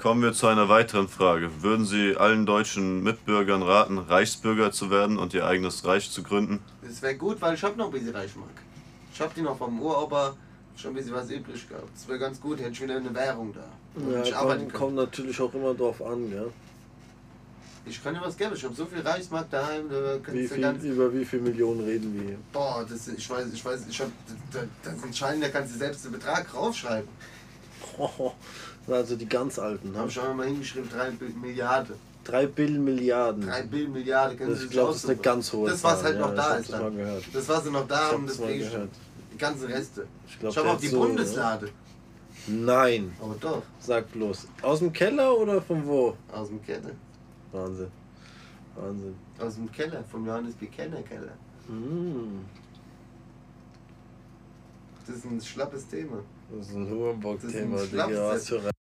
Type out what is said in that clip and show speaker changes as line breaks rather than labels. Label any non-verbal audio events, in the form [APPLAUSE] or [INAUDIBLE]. Kommen wir zu einer weiteren Frage. Würden Sie allen deutschen Mitbürgern raten, Reichsbürger zu werden und ihr eigenes Reich zu gründen?
Das wäre gut, weil ich hab noch ein bisschen reich mag. Ich hab die noch vom Uropa schon ein bisschen was übrig gehabt. Das wäre ganz gut, hätte ich wieder eine Währung da. damit
Ja,
ich arbeiten
kommt,
kann.
kommt natürlich auch immer drauf an, gell?
Ich kann dir was geben, ich hab so viel Reichsmark daheim, da
Wie
kannst du
viel,
ganz.
über wie viel Millionen reden wir hier?
Boah, das, ich weiß, ich weiß, ich hab. Das, das entscheiden, da kannst du selbst den Betrag raufschreiben.
[LAUGHS] Also die ganz alten,
Da hab
ne?
ich auch mal hingeschrieben, 3 Milliarden.
Drei Billion Milliarden.
3 Bill Milliarden, kannst
Das,
du
ich
nicht
glaube, das ist eine
aussuchen.
ganz hohe
Das, was
Zahl,
halt
ja,
noch
ich
da
hab
ist,
Das mal
dann.
gehört.
Das, was sie noch da haben, das
mal
krieg ich schon.
gehört.
Die ganzen Reste.
Ich
Ich,
glaub,
hab
der
auch
hat
die
so, ne?
Bundeslade.
Nein,
Aber doch,
sag bloß. Aus dem Keller oder von wo?
aus dem Keller.
Wahnsinn. Wahnsinn.
Aus dem Keller, vom Johannes Bekenner Keller.
Mm,
Das ist ein schlappes Thema.
das ist ein
Das ist ein
Hurenbock-Thema,
Schnaps,
Digga. Was für